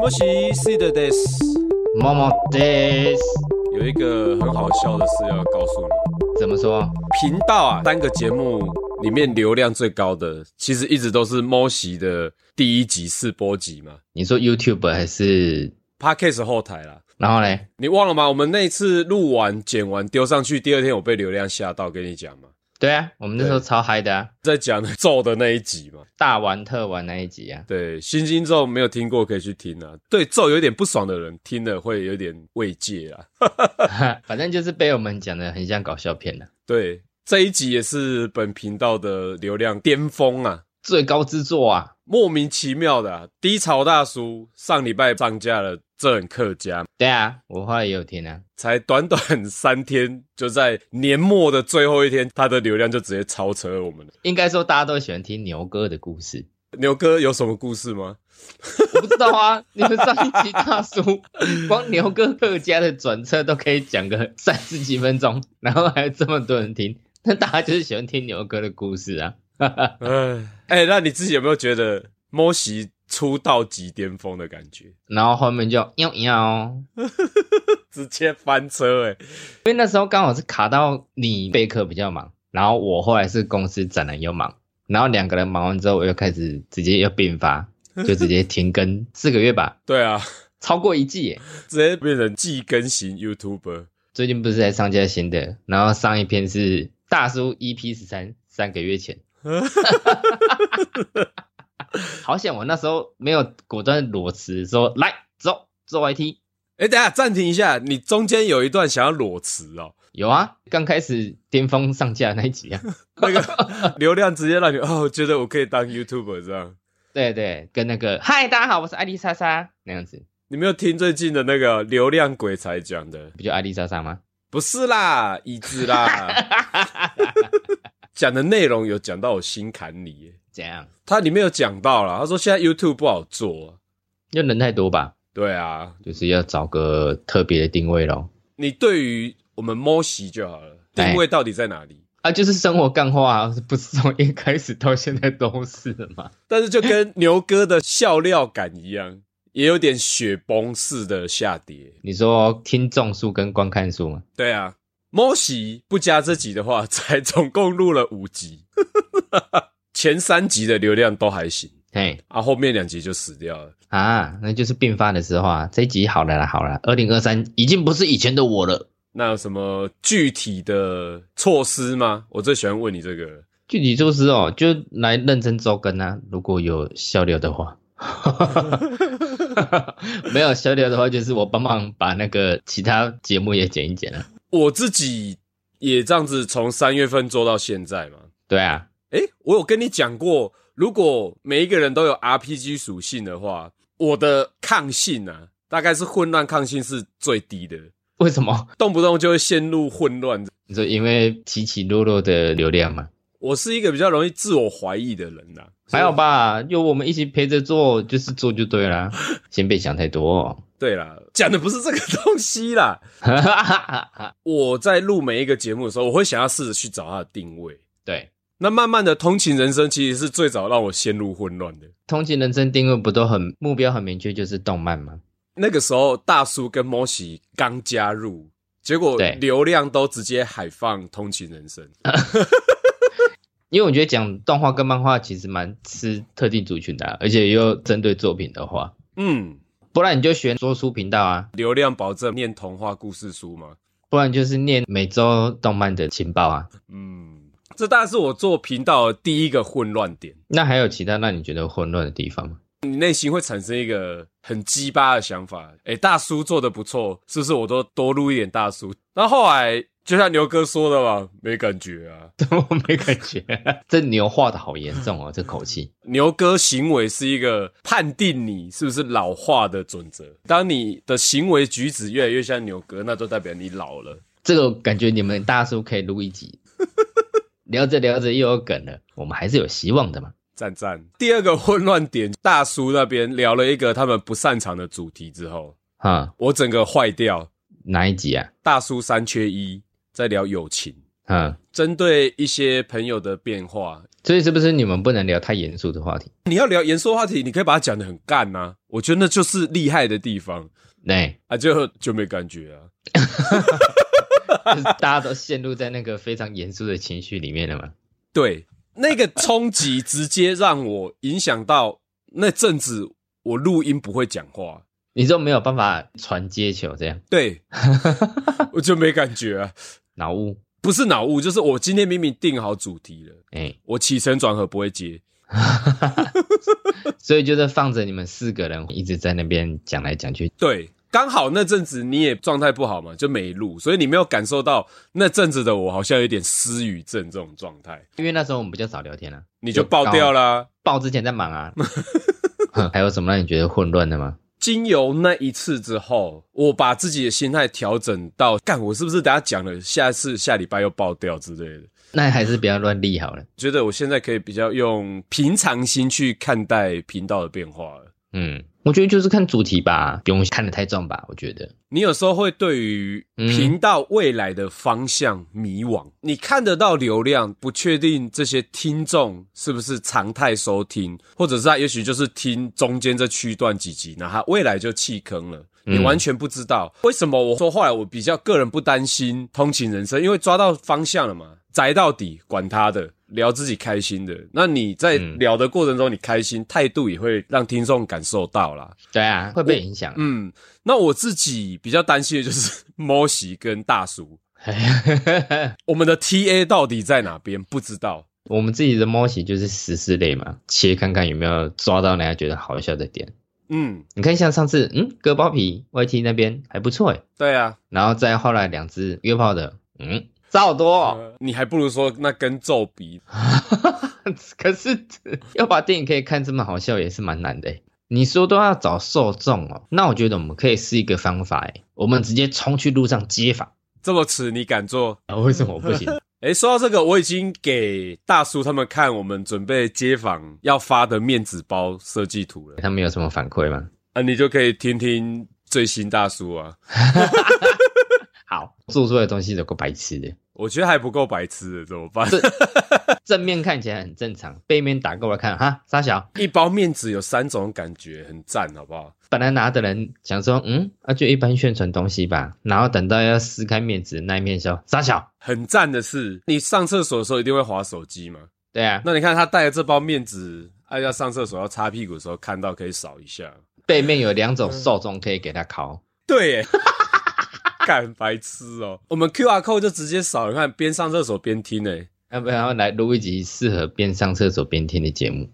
摩西 C 的 days 么么 days 有一个很好笑的事要告诉你，怎么说？频道啊单个节目里面流量最高的，其实一直都是摩西的第一集试播集嘛你说 YouTube 还是？ ，Podcast 后台啦。然后嘞？你忘了吗？我们那一次录完、剪完丢上去，第二天我被流量吓到，跟你讲嘛，对啊，我们那时候超嗨的啊，在讲咒的那一集嘛。大玩特玩那一集啊。对，心经咒没有听过可以去听啊。对咒有点不爽的人听了会有点慰藉啊啦。反正就是被我们讲的很像搞笑片了、对，这一集也是本频道的流量巅峰啊。最高之作啊！莫名其妙的、啊、低潮大叔上礼拜上架了《这很客家》，对啊，我后来也有听啊。才短短三天，就在年末的最后一天，他的流量就直接超车我们了。应该说大家都喜欢听牛哥的故事。牛哥有什么故事吗？我不知道啊，你们上一集大叔光牛哥客家的转车都可以讲个三十几分钟，然后还有这么多人听，那大家就是喜欢听牛哥的故事啊。哎哎、那你自己有没有觉得摸西出道即巅峰的感觉？然后后面就喵喵，直接翻车哎、因为那时候刚好是卡到你备课比较忙，然后我后来是公司展览又忙，然后两个人忙完之后，我又开始直接又并发，就直接停更四个月吧，对啊，超过一季耶。直接变成季更型 YouTuber。 最近不是在上架新的，然后上一篇是大叔 EP 十三，三个月前。哎好险，我那时候没有果断裸辞，说来走做 IT。哎、等一下暂停一下，你中间有一段想要裸辞哦，有啊，刚开始巅峰上架那一集啊，那个 流量直接让你哦，我觉得我可以当 YouTuber 这样。对对，跟那个嗨，大家好，我是艾丽莎莎那样子，你没有听最近的那个流量鬼才讲的？不就艾丽莎莎吗？不是啦，椅子啦，讲的内容有讲到我心坎里耶。怎样？他里面有讲到啦，他说现在 YouTube 不好做、啊。就人太多吧，对啊，就是要找个特别的定位咯。你对于我们摸西就好了，哎定位到底在哪里？啊，就是生活干话、啊，不是从一开始到现在都是嘛？但是就跟牛哥的笑料感一样，也有点雪崩式的下跌。你说听众数跟观看数吗？对啊，摸西不加这集的话， 才总共录了五集， 前三集的流量都还行嘿啊，后面两集就死掉了。啊，那就是并发的时候啊，这一集好了啦，好了，二零二三已经不是以前的我了。那有什么具体的措施吗？我最喜欢问你这个了。具体措施哦，就来认真周更啊，如果有效流的话。 没有效流的话，就是我帮忙把那个其他节目也剪一剪啊。我自己也这样子，从三月份做到现在嘛。对啊，诶，我有跟你讲过，如果每一个人都有 RPG 属性的话，我的抗性啊，大概是混乱抗性是最低的，为什么？动不动就会陷入混乱。你说因为起起落落的流量嘛，我是一个比较容易自我怀疑的人呐、还好吧？有我们一起陪着做，就是做就对啦。先别想太多、哦。 对啦，讲的不是这个东西啦。我在录每一个节目的时候，我会想要试着去找它的定位。对，那慢慢的，通勤人生其实是最早让我陷入混乱的。通勤人生定位不都很目标很明确，就是动漫吗？那个时候，大叔跟摩西刚加入，结果对流量都直接海放通勤人生。因为我觉得讲动画跟漫画其实蛮吃特定族群的啊、而且又针对作品的话，嗯，不然你就学说书频道啊，流量保证念童话故事书吗？不然就是念每周动漫的情报啊。嗯，这大概是我做频道的第一个混乱点。那还有其他让你觉得混乱的地方吗？ 你内心会产生一个很鸡巴的想法，诶、大叔做的不错，是不是我都多录一点大叔？那后来就像牛哥说的嘛，没感觉啊。我没感觉， 这牛画的好严重哦，这口气。牛哥行为是一个判定你是不是老化的准则。当你的行为举止越来越像牛哥，那就代表你老了。这个感觉你们大叔可以录一集，聊着聊着又有梗了，我们还是有希望的嘛。赞赞。第二个混乱点，大叔那边聊了一个他们不擅长的主题之后，哈，我整个坏掉。哪一集啊？大叔三缺一，在聊友情，哈，针对一些朋友的变化，所以是不是你们不能聊太严肃的话题？你要聊严肃话题，你可以把它讲的很干呐、我觉得那就是厉害的地方对，啊，就就没感觉啊。就是大家都陷入在那个非常严肃的情绪里面了嘛。对，那个冲击直接让我影响到那阵子我录音不会讲话，你就没有办法传接球，这样对，我就没感觉啊。脑雾，不是脑雾，就是我今天明明定好主题了，哎、我起承转合不会接，所以就是放着你们四个人一直在那边讲来讲去，对，刚好那阵子你也状态不好嘛，就没录，所以你没有感受到那阵子的我好像有点失语症这种状态，因为那时候我们比较少聊天啊，你就爆掉了。啦。爆之前在忙啊。哼还有什么让你觉得混乱的吗？经由那一次之后，我把自己的心态调整到，干我是不是等下讲了，下次下礼拜又爆掉之类的？那还是不要乱立好了。觉得我现在可以比较用平常心去看待频道的变化了。嗯，我觉得就是看主题吧，不用看得太重吧。我觉得你有时候会对于嗯频道未来的方向迷惘，你看得到流量，不确定这些听众是不是常态收听，或者是啊他也许就是听中间这区段几集，那他未来就弃坑了。你嗯完全不知道、为什么我说后来我比较个人不担心通勤人生，因为抓到方向了嘛，宅到底，管他的，聊自己开心的。那你在嗯聊的过程中，你开心态度也会让听众感受到啦。对啊，会被影响啊。嗯，那我自己比较担心的就是 猫喜跟大叔，我们的 TA 到底在哪边？不知道。 我们自己的猫喜就是时事类嘛，切看看有没有抓到人家觉得好笑的点。嗯，你看像上次，嗯，割包皮 YT 那边还不错诶，欸对啊，然后再后来两只约炮的，嗯，差好多、 哦。呃你还不如说那跟皱比。可是要把电影可以看这么好笑也是蛮难的诶。你说都要找受众哦，那我觉得我们可以试一个方法诶，我们直接冲去路上接法这么迟你敢做？啊？为什么我不行？诶，说到这个，我已经给大叔他们看我们准备街访要发的面子包设计图了他们有什么反馈吗？啊，你就可以听听最新大叔啊。好，做出来的东西有够白痴的， 我觉得还不够白痴的，怎么办？正面看起来很正常，背面打过来看，哈，傻小。 一包面子有三种感觉，很赞，好不好？本来拿的人想说，嗯，那、就一般宣传东西吧。然后等到要撕开面纸那一面说，傻小。很赞的是，你上厕所的时候一定会划手机嘛？对啊，那你看他带着这包面纸，哎，要上厕所要擦屁股的时候看到可以扫一下。背面有两种受众可以给他考。对耶， 干白痴哦、我们 Q R code 就直接扫，你看边上厕所边听诶。要不然来录一集适合边上厕所边听的节目。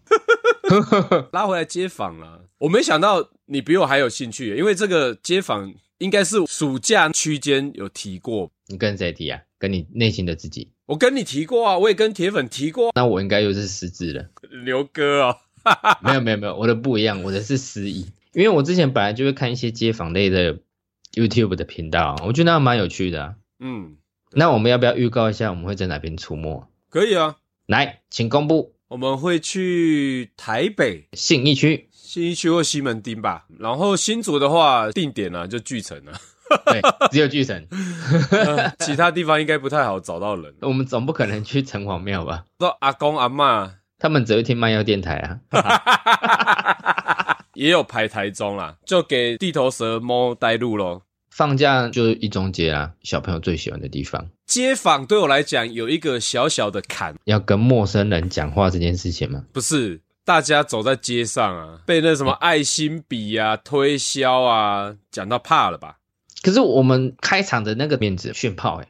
拉回来街访啦，我没想到你比我还有兴趣耶，因为这个街访应该是暑假期间有提过，你跟谁提啊？跟你内心的自己。我跟你提过啊，我也跟铁粉提过啊那我应该又是失智了。刘哥哦、没有没有没有，我的不一样，我的是失忆。因为我之前本来就会看一些街访类的 YouTube 的频道，我觉得那蛮有趣的啊、嗯，那我们要不要预告一下我们会在哪边出没？可以啊，来，请公布我们会去台北。信义区。新一区或西门町吧。然后新竹的话，定点啊就巨城啊，对， 只有巨神，呃其他地方应该不太好找到人。我们总不可能去城隍庙吧？到阿公阿嬷他们只会听漫游电台啊。也有排台中啦，就给地头蛇猫带路咯。放假就是一中街啊，小朋友最喜欢的地方。街访对我来讲有一个小小的坎，要跟陌生人讲话这件事情吗？不是大家走在街上 啊，被那什么爱心笔啊、推销啊讲到怕了吧？ 可是我们开场的那个面子炫炮、欸，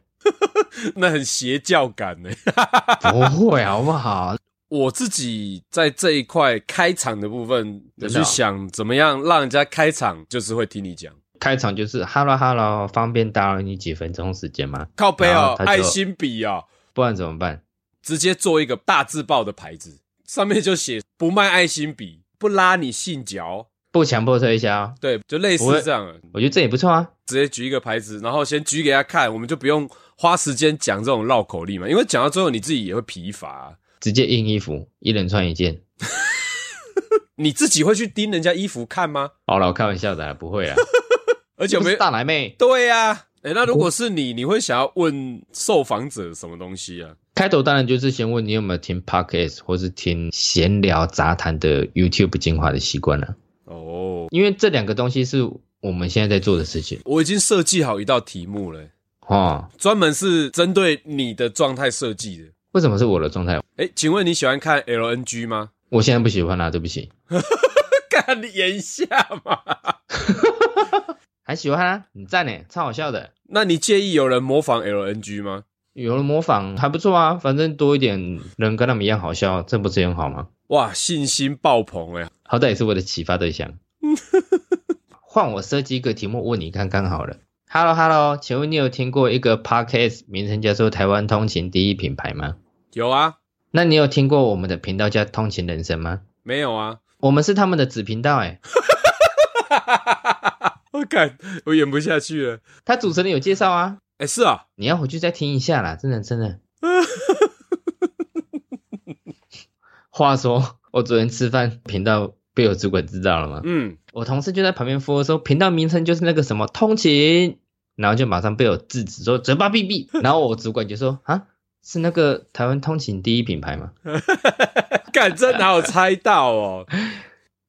那很邪教感呢、 不会好不好？我自己在这一块开场的部分，有真的去哦想怎么样让人家开场就是会听你讲，开场就是 “hello hello”，方便打扰你几分钟时间吗？靠背然哦后，他就爱心笔哦，不然怎么办？直接做一个大字报的牌子，上面就写不卖爱心笔，不拉你信脚，不强迫推销，对，就类似不会这样，我觉得这也不错啊。直接举一个牌子，然后先举给他看，我们就不用花时间讲这种绕口令嘛，因为讲到最后你自己也会疲乏啊、直接印衣服，一人穿一件。你自己会去盯人家衣服看吗？好了，我开玩笑的啊，不会啊。而且不没是大奶妹对呀、诶那如果是你，你会想要问受访者什么东西啊？开头当然就是先问你有没有听 podcast 或是听闲聊杂谈的 YouTube 精华的习惯了、哦，因为这两个东西是我们现在在做的事情我已经设计好一道题目了，哦。专门是针对你的状态设计的。为什么是我的状态？哎，请问你喜欢看 LNG 吗？我现在不喜欢啦、啊对不起， 干你眼下嘛？还喜欢啊，很赞呢，超好笑的。那你介意有人模仿 LNG 吗？有了模仿还不错啊，反正多一点人跟他们一样好笑，这不是很好吗？哇，信心爆棚哎、好歹也是我的启发对象。换我设计一个题目问你看看好了。Hello Hello，请问你有听过一个 podcast 名称叫做“台湾通勤第一品牌”吗？有啊？那你有听过我们的频道叫“通勤人生”吗？没有啊？我们是他们的子频道、欸，诶， 我干，我演不下去了。他主持人有介绍啊，哎、是啊，你要回去再听一下啦，真的真的。话说，我昨天吃饭，频道被我主管知道了吗？嗯， 我同事就在旁边附和说，频道名称就是那个什么通勤，然后就马上被我制止说嘴巴闭闭。 然后我主管就说啊，是那个台湾通勤第一品牌吗？干，这哪有猜到哦？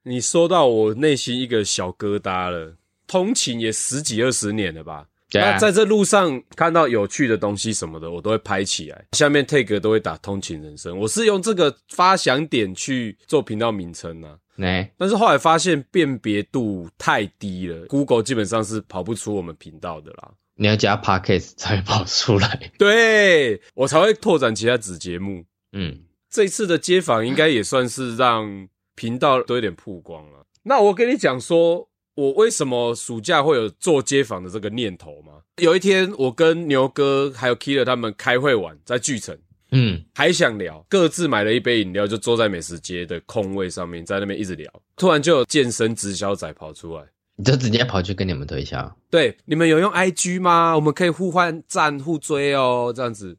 你说到我内心一个小疙瘩了。通勤也十几二十年了吧？对那啊，在这路上看到有趣的东西什么的，我都会拍起来，下面 tag 都会打“通勤人生”。我是用这个发想点去做频道名称啊， 哎，但是后来发现辨别度太低了，Google 基本上是跑不出我们频道的啦。你要加 podcast 才会跑出来。对我才会拓展其他子节目。 嗯，这一次的街访应该也算是让频道多一点曝光了。那我跟你讲说，我为什么暑假会有做街访的这个念头吗？有一天，我跟牛哥还有 Killer 他们开会完，在巨城。嗯，还想聊，各自买了一杯饮料，就坐在美食街的空位上面，在那边一直聊。突然就有健身直销仔跑出来，你就直接跑去跟你们推销。 对，你们有用 IG 吗？我们可以互换赞、互追哦，这样子。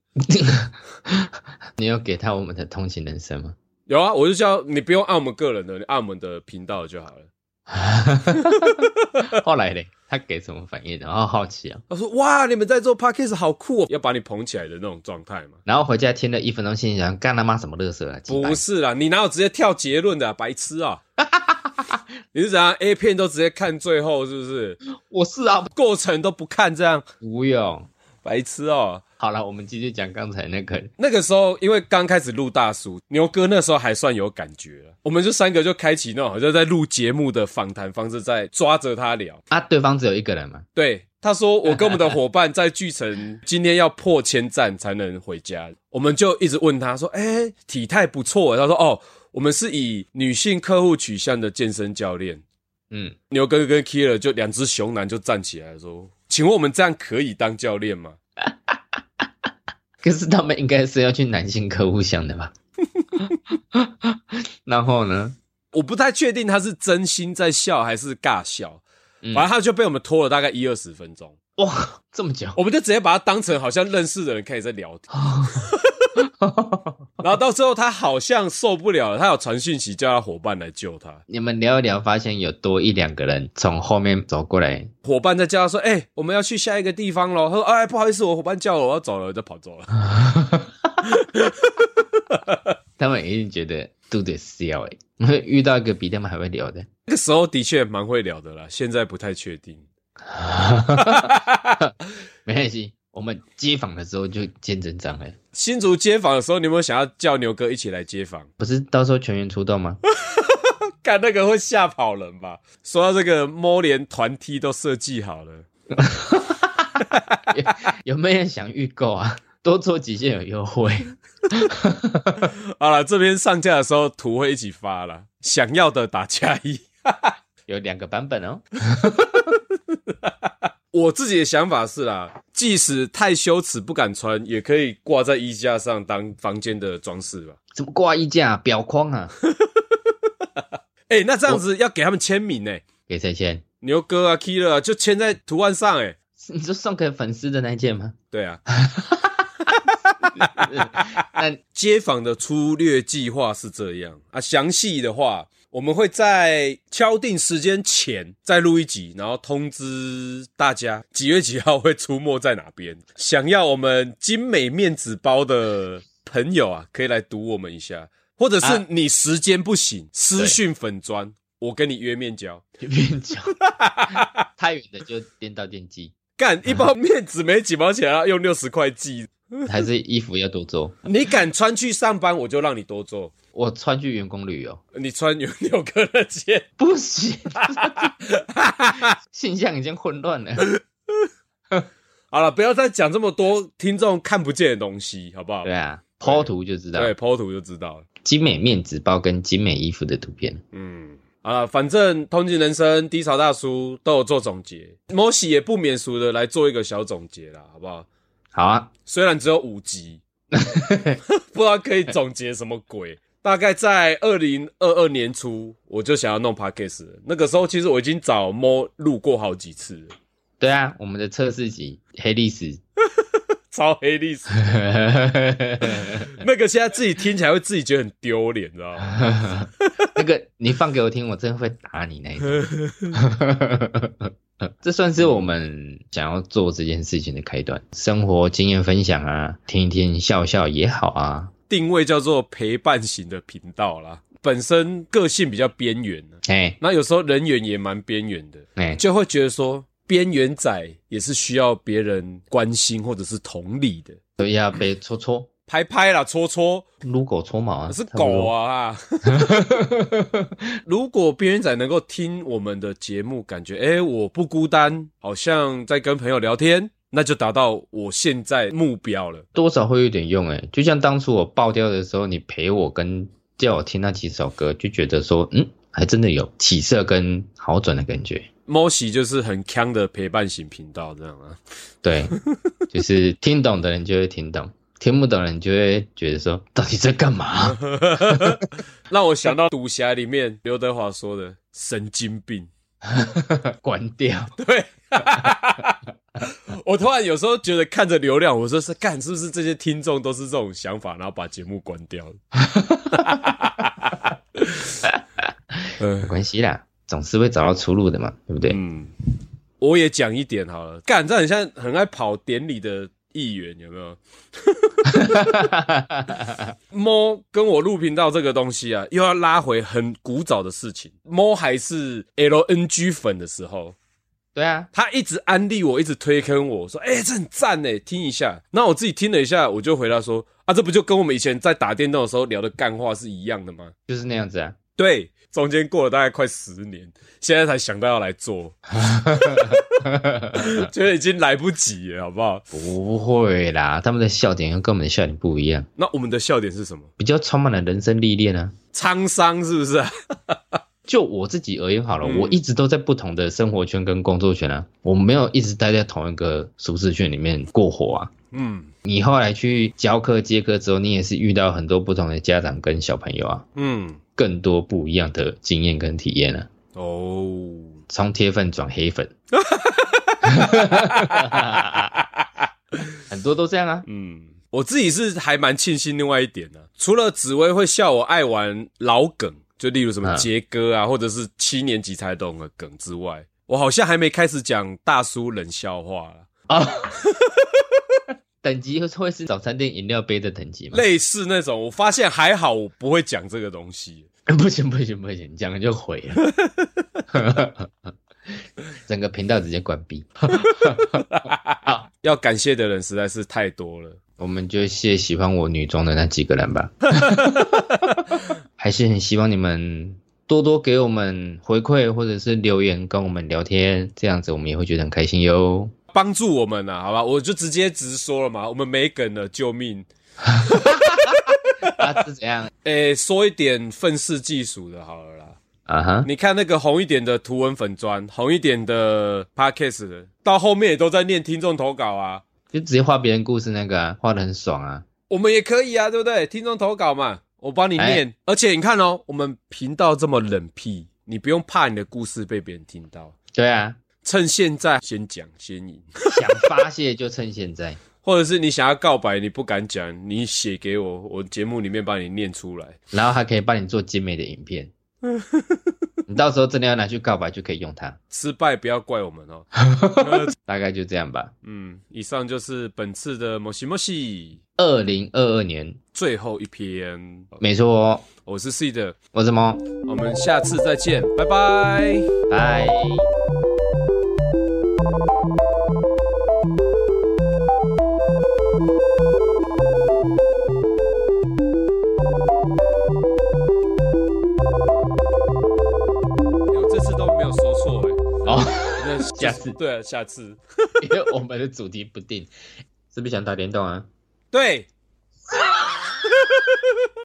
你有给他我们的通勤人生吗？有啊，我就叫你不用按我们个人的，你按我们的频道就好了。 后来嘞，他给什么反应？然后好奇啊、他说：“哇，你们在做 podcast 好酷、哦，要把你捧起来的那种状态嘛。然后回家听了一分钟，心里想干他妈什么乐色啊？”鸡巴不是啦，你哪有直接跳结论的、啊，白痴啊！ 你是怎样 A 片都直接看最后是不是？我是啊，过程都不看这样，不用。白痴哦、好了，我们继续讲刚才那个。那个时候因为刚开始录大叔牛哥，那时候还算有感觉了。我们就三个就开启那种好像在录节目的访谈方式，在抓着他聊。啊，对方只有一个人嘛，对，他说我跟我们的伙伴在巨城今天要破千站才能回家，我们就一直问他说，哎、体态不错。他说哦，我们是以女性客户取向的健身教练。嗯，牛哥跟 Killer 就两只熊男就站起来说，请问我们这样可以当教练吗？可是他们应该是要去男性客户想的吧？ 然后呢？我不太确定他是真心在笑还是尬笑，嗯反正他就被我们拖了大概一二十分钟，哇，这么久，我们就直接把他当成好像认识的人开始在聊天。然后到最后他好像受不了了，他有传讯息叫他伙伴来救他，你们聊一聊，发现有多一两个人从后面走过来，伙伴在叫他说：“哎、我们要去下一个地方喽。”他说：“哎，不好意思，我伙伴叫我，我要走了，就跑走了。他们一定觉得肚子笑哎，你会 遇到一个比他们还会聊 的，”那个时候的确蛮会聊的啦，现在不太确定。没关系，我们接访的时候就见真章了。新竹街访的时候，你有没有想要叫牛哥一起来街访？不是到时候全员出动 吗？干那个会吓跑人吧？说到这个，摸连团梯都设计好了。有没有人想预购啊？多做几件有优惠。好了，这边上架的时候图会一起发了，想要的打加一。有两个版本哦。我自己的想法是啦，即使太羞耻不敢穿，也可以挂在衣架上当房间的装饰吧。怎么挂衣架、表框啊？哎、那这样子要给他们签名呢、给谁签？牛哥啊，Killer 啊，就签在图案上哎、 你就送给粉丝的那一件 吗？对啊，那街访的粗略计划是这样啊，详细的话我们会在敲定时间前再录一集，然后通知大家几月几号会出没在哪边。想要我们精美面子包的朋友啊，可以来读我们一下，或者是啊你时间不行，私对讯粉砖，我跟你约面交。边 角，太远的就电到电击，干一包面纸没几毛钱啊，用六十块寄，还是衣服要多做。你敢穿去上班，我就让你多做。我穿去员工旅游你穿有纽哥的钱，不行， 形象已经混乱了。好了，不要再讲这么多听众看不见的东西，好不好？ 对啊，剖图就知道对，剖图就知道了。精美面纸包跟精美衣服的图片。嗯，啊，反正通勤人生低潮大叔都有做总结，摩西也不免俗的来做一个小总结啦，好不好？好啊，虽然只有五集，不知道可以总结什么鬼。大概在二零二二年初，我就想要弄 podcast，了那个时候其实我已经找 Mo 录过好几次了， 对啊，我们的测试集黑历史， 超黑历史。 那个现在自己听起来会自己觉得很丢脸，你知道吗？ 那个你放给我听，我真的会打你那一种。 这算是我们想要做这件事情的开端，生活经验分享啊，听一听笑笑也好啊。定位叫做陪伴型的频道啦，本身个性比较边缘啊哎那有时候人缘也蛮边缘的，哎，就会觉得说边缘仔也是需要别人关心或者是同理的。就要被搓搓拍拍啦，搓搓撸狗搓毛啊，是差不多狗。啊！ 如果边缘仔能够听我们的节目，感觉诶、我不孤单，好像在跟朋友聊天，那就达到我现在目标了。多少会有点用哎、就像当初我爆掉的时候，你陪我跟叫我听那几首歌，就觉得说，嗯，还真的有起色跟好转的感觉。猫喜就是很强的陪伴型频道，这样啊。 对，就是听懂的人就会听懂，听不懂的人就会觉得说，到底在 干嘛？让我想到《赌侠》里面刘德华说的“神经病”。 关掉。对，我突然有时候觉得看着流量，我说是干，是不是这些听众都是这种想法，然后把节目关掉了？ 嗯呃没关系啦，总是会找到出路的嘛，对不对？嗯，我也讲一点好了。干，这很像很爱跑典礼的议员，有没有？猫跟我录频道这个东西啊，又要拉回很古早的事情。猫还是 LNG 粉的时候，对啊，他一直安利我，一直推坑我说：“哎、这很赞哎，听一下。”那我自己听了一下，我就回答说：“啊，这不就跟我们以前在打电动的时候聊的干话是一样的吗就是那样子啊。？”对，中间过了大概快十年，现在才想到要来做，觉得已经来不及了，好不好？不会啦，他们的笑点跟我们的笑点不一样，那我们的笑点是什么？比较充满了人生历练啊。沧桑是不是、啊？就我自己而言好了，嗯我一直都在不同的生活圈跟工作圈啊，我没有一直待在同一个舒适圈里面过活啊。嗯你后来去教课接课之后，你也是遇到很多不同的家长跟小朋友啊，嗯，更多不一样的经验跟体验啊，哦，从铁粉转黑粉，很多都这样啊。嗯，我自己是还蛮庆幸另外一点呢、啊除了紫薇会笑我爱玩老梗，就例如什么嗯杰哥啊，或者是七年级才懂的梗之外，我好像还没开始讲大叔冷笑话啦等级会是早餐店饮料杯的等级吗？类似那种，我发现还好我不会讲这个东西。 不行不行不行，你讲了就毁了， 整个频道直接关闭。要感谢的人实在是太多了。我们就谢喜欢我女装的那几个人吧，还是很希望你们多多给我们回馈，或者是留言跟我们聊天，这样子我们也会觉得很开心哟。帮助我们呐、啊好吧，我就直接直说了嘛，我们没梗了，救命！ 啊，是怎样？诶、说一点愤世嫉俗的，好了啦。啊哈，你看那个红一点的图文粉砖，红一点的 podcast 的，到后面也都在念听众投稿啊。就直接画别人故事那个啊，画的很爽啊。我们也可以啊，对不对？听众投稿嘛，我帮你念。而且你看哦，我们频道这么冷僻，你不用怕你的故事被别人听到，对啊，趁现在先讲先赢，想发泄就趁现在。或者是你想要告白你不敢讲，你写给我，我节目里面帮你念出来。然后还可以帮你做精美的影片。你到时候真的要拿去告白，就可以用它。失败不要怪我们 哦。大概就这样吧。嗯，以上就是本次的摩西摩西二零二二年，最后一篇。没错哦，我是 C 的，我是猫，我们下次再见，拜拜。拜。 我这次都没有说错哎。哦，那下次对啊，下次因为我们的主题不定，是不是想打电动啊？对。